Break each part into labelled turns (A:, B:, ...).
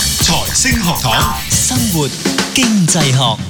A: 星學堂，
B: 生活經濟學，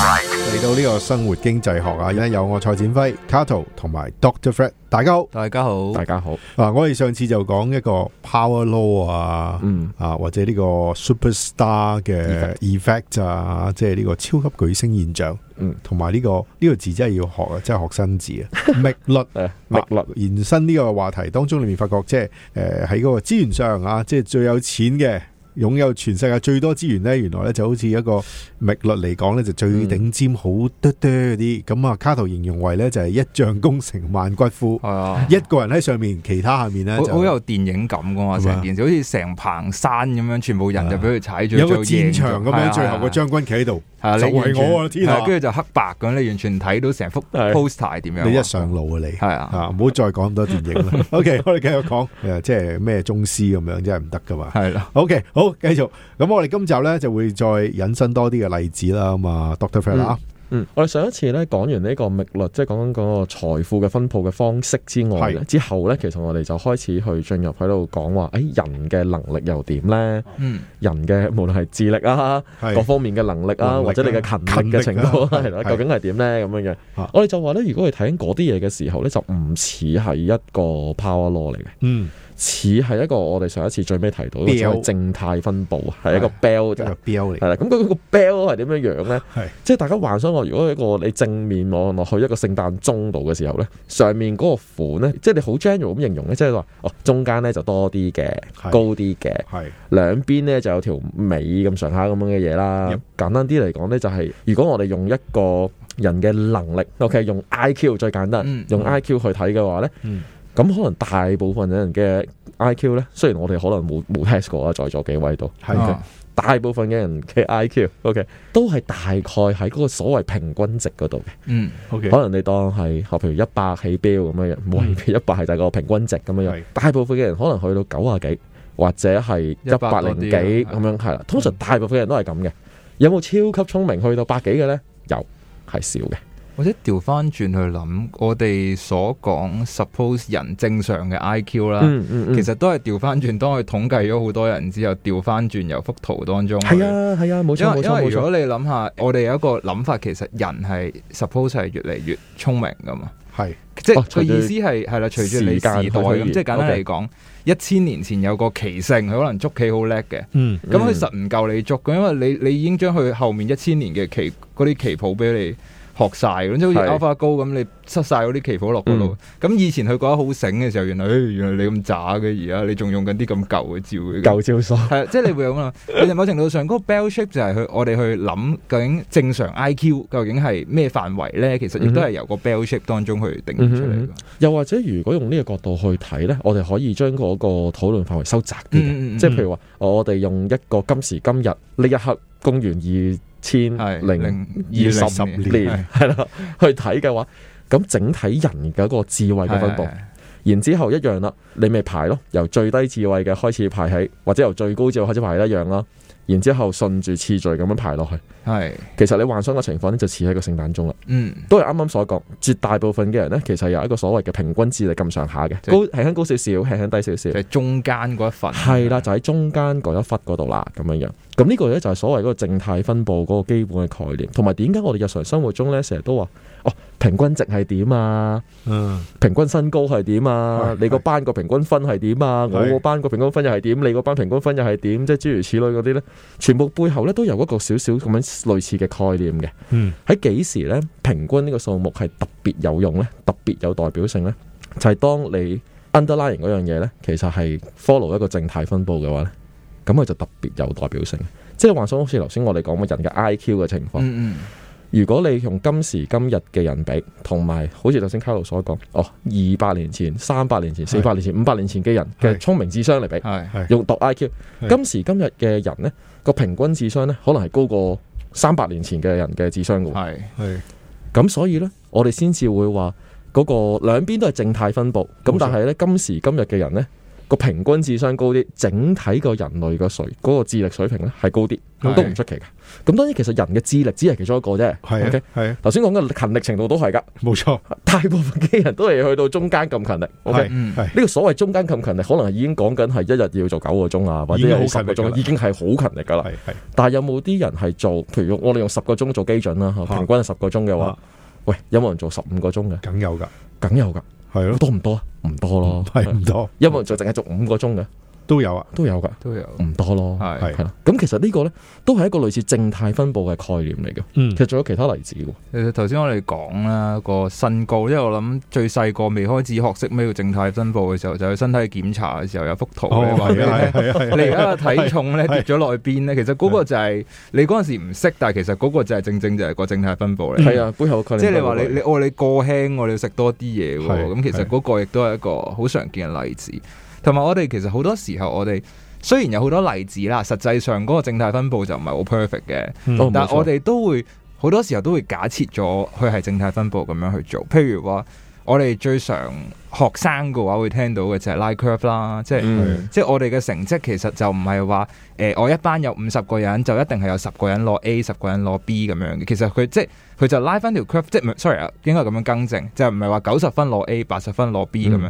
C: 嚟到呢個生活經濟學啊，有我蔡展輝、Cato 同埋 Doctor Fred，大家好。
D: 大家好，
E: 大家好，
C: 嗱、我哋上次就講一個 power law 啊，
E: 嗯
C: 啊或者呢個 superstar 嘅 effect 啊，即係呢個超級巨星現象，
E: 嗯
C: 同埋呢個呢、個字真係要學啊，真係學新字啊，幪律。
E: 誒，
C: 啊
E: 力律
C: 延伸呢個話題當中，裏面發覺即係誒喺嗰個資源上啊，即係最有錢嘅。擁有全世界最多資源呢，原來呢就好似一個幪律嚟講呢，就最
D: 嗯
C: 頂尖好多多嗰啲。咁啊，卡圖形容為呢，就係一將功成萬骨枯，
D: 係啊，
C: 一個人喺上面，其他下面呢，
D: 好
C: 就
D: 好有電影感噶嘛，
C: 係嘛
D: 成件事好似成棚山咁樣，全部人就俾佢踩住，
C: 有個
D: 最後贏
C: 戰
D: 咗
C: 場咁
D: 係啊
C: 樣，最後個
D: 係
C: 將軍企喺度，
D: 啊係啊
C: 就
D: 你完
C: 為
D: 全
C: 我啊天下
D: 係跟住就黑白咁，你完全睇到成幅
E: 係
D: poster 係點樣畫，
C: 你一上路啊你。
D: 係啊，
C: 啊！唔好再講咁多電影啦。OK，我哋 繼續講，誒，呃即係咩宗師咁樣，真係唔得噶嘛。
D: 係啦，
C: OK，好，繼續。咁我哋今集咧就會再引申多啲嘅例子啦。咁啊，Doctor Fred 啊，
E: 嗯，我哋上一次咧講完呢個幪律，即係講緊嗰個財富嘅分配嘅方式之外咧，
C: 係
E: 之後咧，其實我哋就開始去進入喺度講話，誒、
C: 嗯
E: 人嘅能力又點咧？
D: 嗯，
E: 人嘅無論係智力啊，各
C: 啊係
E: 方面嘅能力啊，
C: 能力啊
E: 或者你嘅勤力嘅程度
C: 勤
E: 啊，
C: 力
E: 係
C: 啊
E: 啦，
C: 係
E: 究竟係點咧？咁樣
C: 啊
E: 樣，我哋就話咧，如果你睇緊嗰啲嘢嘅時候咧，就唔似係一個 power law 嚟嘅。
C: 嗯，
E: 似係一個我哋上一次最尾提到嘅
C: Bell
E: 所謂正態分布，係一個 bell
C: 一
E: 啫
C: 個。標嚟
E: 係，啦，咁佢個 bell 係點樣樣咧？
C: 係
E: 即係大家幻想我，如果一個你正面望落去一個聖誕鐘度嘅時候咧，上面嗰個款咧，即係你好 general 咁形容咧，即係話哦，中間咧就多啲嘅，
C: 係
E: 高啲嘅，
C: 係
E: 兩邊咧就有條尾咁上下咁樣嘅嘢啦
C: Yep。
E: 簡單啲嚟講咧，就係如果我哋用一個人嘅能力，OK，用 IQ 最簡單，
D: 嗯
E: 用 IQ 去睇嘅話咧，咁、
C: 嗯
E: 可能大部分人嘅 IQ 咧，雖然我哋可能冇冇 test 過啊，在座幾位度，
C: 係
D: 啊
E: 大部分嘅人嘅 IQ，OK，、都係大概喺嗰個所謂平均值嗰度嘅。
D: 嗯，
C: ，OK，
E: 可能你當係學譬如一百起標咁樣樣，
D: 嗯
E: 每起一百係就係個平均值咁樣
C: 係
E: 樣。大部分嘅人可能去到九啊幾或者係一百零幾
D: 100
E: 咁樣
D: 嗯
E: 係啦。通常大部分嘅人都係咁嘅。有冇超級聰明去到百幾嘅呢？有，係少嘅。
D: 或者調翻轉去諗，我哋所講 suppose 人正常嘅 IQ 啦。
E: 嗯嗯
D: 啊其實都係調翻轉，當佢統計咗好多人之後，調翻轉由幅圖當中去
E: 係啊係啊，冇
D: 因
E: 錯冇
D: 為因
E: 錯
D: 為
E: 冇
D: 如
E: 錯。
D: 果你諗下，我哋有一個諗法，其實人係 suppose 係越嚟越聰明噶嘛，
C: 係
D: 即係
E: 哦
D: 個
E: 隨住
D: 意思係係啦，隨住你
E: 時
D: 時代
E: 間去推
D: 咁，
E: 移
D: 即係簡單
E: OK
D: 嚟講，一千年前有個棋聖，佢可能捉棋好叻嘅，
C: 嗯
D: 咁佢
E: 嗯
D: 實唔夠你捉嘅，因為你你已經將佢後面一千年嘅棋嗰啲棋譜俾你。學晒咁即
E: 係嗯
D: 係好似 AlphaGo 咁，你塞晒嗰啲棋譜落嗰度。咁、以前佢覺得好醒嘅時候，原來，誒原來你咁渣嘅，而家你仲用緊啲咁舊嘅招嘅。
E: 舊招數
D: 係啊，即係你會咁啊。其實某程度上，嗰、個 bell shape 就係去我哋去諗究竟正常 IQ 究竟係咩範圍咧？其實亦都係由個 bell shape 當中去定義出嚟
E: 嗯
D: 㗎。
E: 又或者如果用呢個角度去睇呢，我哋可以將嗰個討論範圍收窄啲嘅。
D: 嗯嗯嗯
E: 即係譬如話，哦我哋用一個今時今日呢一刻公元二千
D: 係
E: 零
D: 嗯零
E: 二
D: 十
E: 十
D: 年
E: 年係啦，去睇嘅話，咁整體人嘅一個智慧嘅分
D: 係
E: 布
D: 係，係
E: 然之後一樣啦，你咪排咯，由最低智慧嘅開始排起，或者由最高智慧開始排一樣啦，然之後順住次序咁樣排落去。
D: 係
E: 其實你幻想嘅情況呢，就似喺個聖誕鐘啦，
D: 嗯
E: 都係啱啱所講，絕大部分嘅人呢，其實有一個所謂嘅平均智力咁上下嘅，
D: 即係
E: 高輕輕高少少，輕輕低少少
D: 就。係中間嗰一份
E: 係啦，就喺中間嗰一忽嗰度啦，咁樣樣。咁呢個咧就係所謂嗰個正態分布嗰個基本嘅概念，同埋點解我哋日常生活中咧成日都話哦平均值係點啊，
C: 嗯
E: 平均身高係點
C: 係
E: 啊，你個班個平均分係點啊，我
C: 係
E: 個班個平均分又係點，你個班平均分又係點，即係諸如此類嗰啲咧，全部背後咧都有一個少少咁樣類似嘅概念嘅。
C: 嗯
E: 喺幾時咧平均呢個數目係特別有用咧，特別有代表性咧，就係、當你 underlying 嗰樣嘢咧，其實係 follow 一個正態分布嘅話咧，咁佢就特別有代表性。即係幻想好似頭先我哋講嘅人嘅 IQ 嘅情況，
D: 嗯嗯
E: 如果你用今時今日嘅人比，同埋好似頭先卡路所講，哦，二百年前、三百年前、四百年前、五百年前嘅人嘅
C: 係
E: 聰明智商嚟比，
D: 係
C: 係
E: 用讀 IQ，
C: 係
E: 今時今日嘅人呢個平均智商呢，可能係高過三百年前嘅人嘅智商嘅喎。
D: 係
C: 係
E: 咁所以呢，我哋先至會話嗰個兩邊都係正態分布。
C: 冇
E: 咁
C: 錯
E: 但係呢，今時今日嘅人呢，個平均智商高啲，整體個人類個水嗰個智力水平咧係高啲，咁都唔出奇㗎。咁當然其實人嘅智力只係其中一個啫。
C: 係啊，
E: OK，
C: 係啊，
E: 頭先講嘅勤力程度都係㗎，
C: 冇錯，
E: 大部分嘅人都係去到中間咁勤力。OK，
C: 係，
D: 嗯。
C: 係，
E: 呢個所謂中間咁勤力，可能係已經講緊係一日要做九個鐘啊，或
C: 已
E: 者
C: 經
E: 有
C: 好
E: 十個
C: 勤力㗎啦
E: 鐘，已經係好勤力㗎啦。
C: 係，係，
E: 但係有冇啲人係做，譬如我哋用十個鐘做基準啦，
C: 嚇
E: 平均係十個鐘嘅
C: 嚇
E: 話，喂，有冇人做十五個鐘嘅？梗有㗎，
C: 梗有㗎，係咯，
E: 多唔多啊？唔多咯，
C: 係唔多，都有啊，啊
E: 有冇人做淨係做五個鐘嘅？都有㗎，
D: 都有，
E: 唔多咯。
D: 係。
C: 係
E: 係啦，咁其實呢個呢，都係一個類似正態分布嘅概念嚟嘅。
C: 嗯，
E: 其實仲有其他例子嘅喎，
D: 其實頭先我哋講啦個身高，因為我諗最細個未開始學識咩叫正態分布嘅時候，就去身體檢查嘅時候有幅圖咧，
C: 哦，
D: 話俾你聽
C: 係啊，係啊，係啊，
D: 你而家嘅體重咧
C: 係
D: 跌咗落去邊咧？其實嗰個就係你嗰陣時唔識，但係其實嗰個就係正正就係個正態分布嚟。
E: 係啊，背後嘅概念。
D: 嗯即係你話你你哦你過輕喎，你要食多啲嘢喎，
C: 係
D: 咁其實嗰個亦都係一個好常見嘅例子。同埋我哋其實好多時候我哋雖然有好多例子啦，實際上嗰個正態分布就唔係好 perfect 嘅，
C: 嗯，
E: 哦冇錯
D: 但係我哋都會好多時候都會假設咗佢係正態分布咁樣去做。譬如話我哋最常學生嘅話會聽到嘅就係 line curve 啦，即係。
E: 嗯
D: 即係我哋嘅成績其實就唔係話誒，我一班有五十個人就一定係有十個人攞 A，十個人攞 B 咁樣嘅。其實佢即係佢就拉翻條 curve，即係唔係 sorry 啊，應該咁樣更正，就唔係話九十分攞 A，八十分攞 B 咁
E: 嗯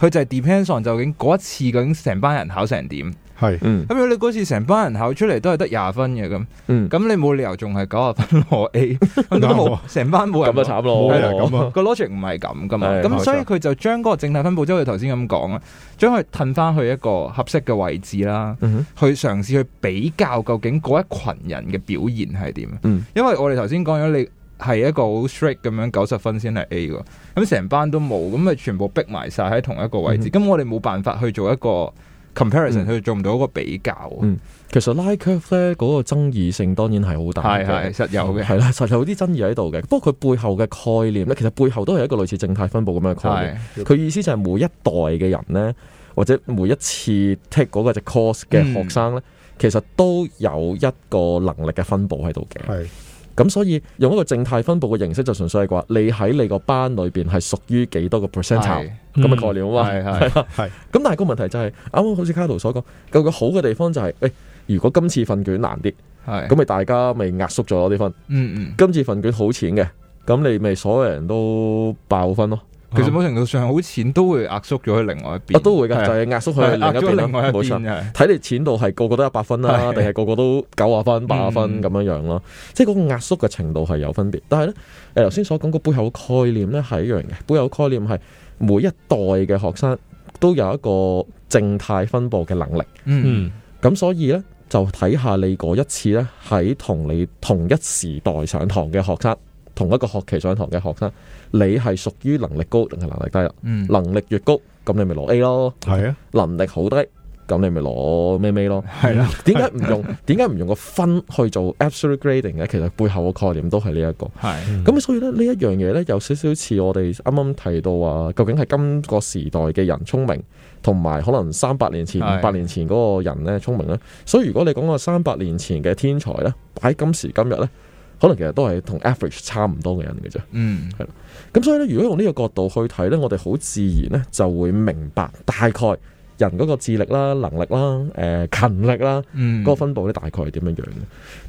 D: 樣。佢、就係 depends on 究竟嗰一次究竟成班人考成點。
C: 係，
E: 嗯
D: 咁如果你嗰次成班人考出嚟都係得廿分嘅咁，
E: 嗯，
D: 咁你冇理由仲係九十分攞 A，咁 都
C: 啱
D: 冇
C: 啊
D: 成班冇人
E: 咁
D: 攞
E: 啊慘
C: 冇人
E: 咯，
C: 咁啊
D: 個 logic 唔係咁噶嘛，
C: 冇
E: 係
D: 咁
C: 錯
D: 所以佢就將嗰個正態分布，即係我哋頭先咁講啊，將佢褪翻去一個合適嘅位置啦，
E: 嗯哼
D: 去嘗試去比較究竟嗰一群人嘅表現係點。啊
E: 嗯
D: 因為我哋頭先講咗你。係一個好 strict 咁樣九十分先係 A 喎，咁成班都冇，咁咪全部逼埋晒喺同一個位置，咁、我哋冇辦法去做一個 comparison，
E: 嗯
D: 去做唔到一個比較喎，
E: 嗯其實 line curve 咧嗰個爭議性當然係好大
D: 係
E: 嘅。
D: 係實有嘅，
E: 係啦， 實有啲爭議喺度嘅。不過佢背後嘅概念咧，其實背後都係一個類似正態分布咁樣嗯嘅概念。
D: 係
E: 佢意思就係每一代嘅人咧，或者每一次 take 嗰個隻 course
D: 嗯
E: 嘅學生咧，其實都有一個能力嘅分布喺度嘅。
C: 係，
E: 咁所以用一個正態分布嘅形式，就純粹係話你喺你個班裏邊係屬於幾多個 percentile 咁嘅概念啊嘛。
D: 嗯係係
C: 係，
E: 咁但係個問題就係、啱啱好似卡圖所講，究竟好嘅地方就係、誒，如果今次份卷難啲，
D: 係，
E: 咁咪大家咪壓縮咗啲分。
D: 嗯嗯。
E: 今次份卷好淺嘅，咁你咪所有人都爆分咯。
D: 其實某程度上，好錢都會壓縮咗去另外一邊。
E: 啊，都會㗎，就
D: 係
E: 係壓縮去另一邊
D: 壓咗
E: 啦
D: 另外一
E: 冇
D: 邊
E: 錯。
D: 係
E: 睇你淺度係個個都一百分啦，
D: 係
E: 定係個個都九啊分、八啊分
D: 嗯
E: 咁樣樣咯。即係嗰個壓縮嘅程度係有分別。但係咧，誒頭先所講個背後嘅概念咧係一樣嘅。背後嘅概念係每一代嘅學生都有一個正態分布嘅能力。
D: 嗯，
C: 嗯，
E: 咁所以咧就睇下你嗰一次咧喺同你同一時代上堂嘅學生，同一個學期上堂嘅學生，你係屬於能力高定係能力低啦？
D: 嗯，
E: 能力越高，咁你咪攞 A 咯；
C: 係啊，
E: 能力好低，咁你咪攞咩咩咯。
D: 係啦，
E: 點解唔用？點解唔用個分去做 absolute grading 咧？其實背後個概念都係呢一個。
D: 係
E: 嗯咁所以咧，呢一樣嘢咧，有少少似我哋啱啱提到話，究竟係今個時代嘅人聰明，同埋可能三百年前、
D: 係
E: 五百年前嗰個人咧聰明咧。所以如果你講個三百年前嘅天才咧，擺今時今日咧，可能其實都係同 average 差唔多嘅人嘅啫。
D: 嗯，
E: 咁所以咧，如果用呢個角度去睇咧，我哋好自然咧就會明白大概人嗰個智力啦、能力啦、誒、勤力啦。
D: 嗯，
E: 嗰個分佈咧大概係點樣樣嘅？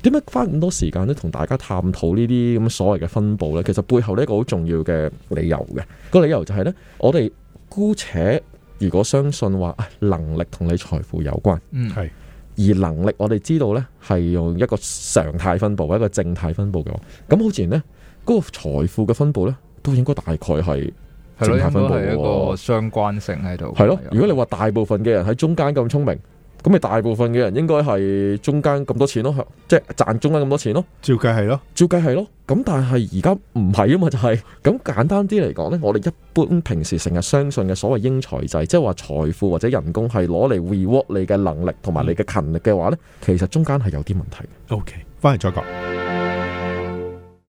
E: 點解花咁多時間咧同大家探討呢啲咁所謂嘅分佈咧？其實背後呢一個好重要嘅理由嘅，個理由就係咧，我哋姑且如果相信話啊能力同你財富有關，
D: 嗯
C: 係，
E: 而能力我哋知道咧係用一個常態分佈，一個正態分佈嘅話，咁好自然咧嗰、個財富嘅分佈咧都應該大概係
D: 係咯，
E: 正
D: 應
E: 態
D: 該
E: 分佈
D: 係一
E: 喎
D: 個相關性喺度。啊
E: 係啊咯。如果你話大部分嘅人喺中間咁聰明，咁咪大部分嘅人應該係中間咁多錢咯，即係賺中間咁多錢咯。
C: 照計係咯，
E: 照計係咯，咁但係而家唔係啊嘛，就係、咁簡單啲嚟講呢，我哋一般平時成日相信嘅所謂英才制，即係話財富或者人工係攞嚟 reward 你嘅能力同埋你嘅勤力嘅話呢，其實中間係有啲問題嘅。
C: OK，返嚟再講。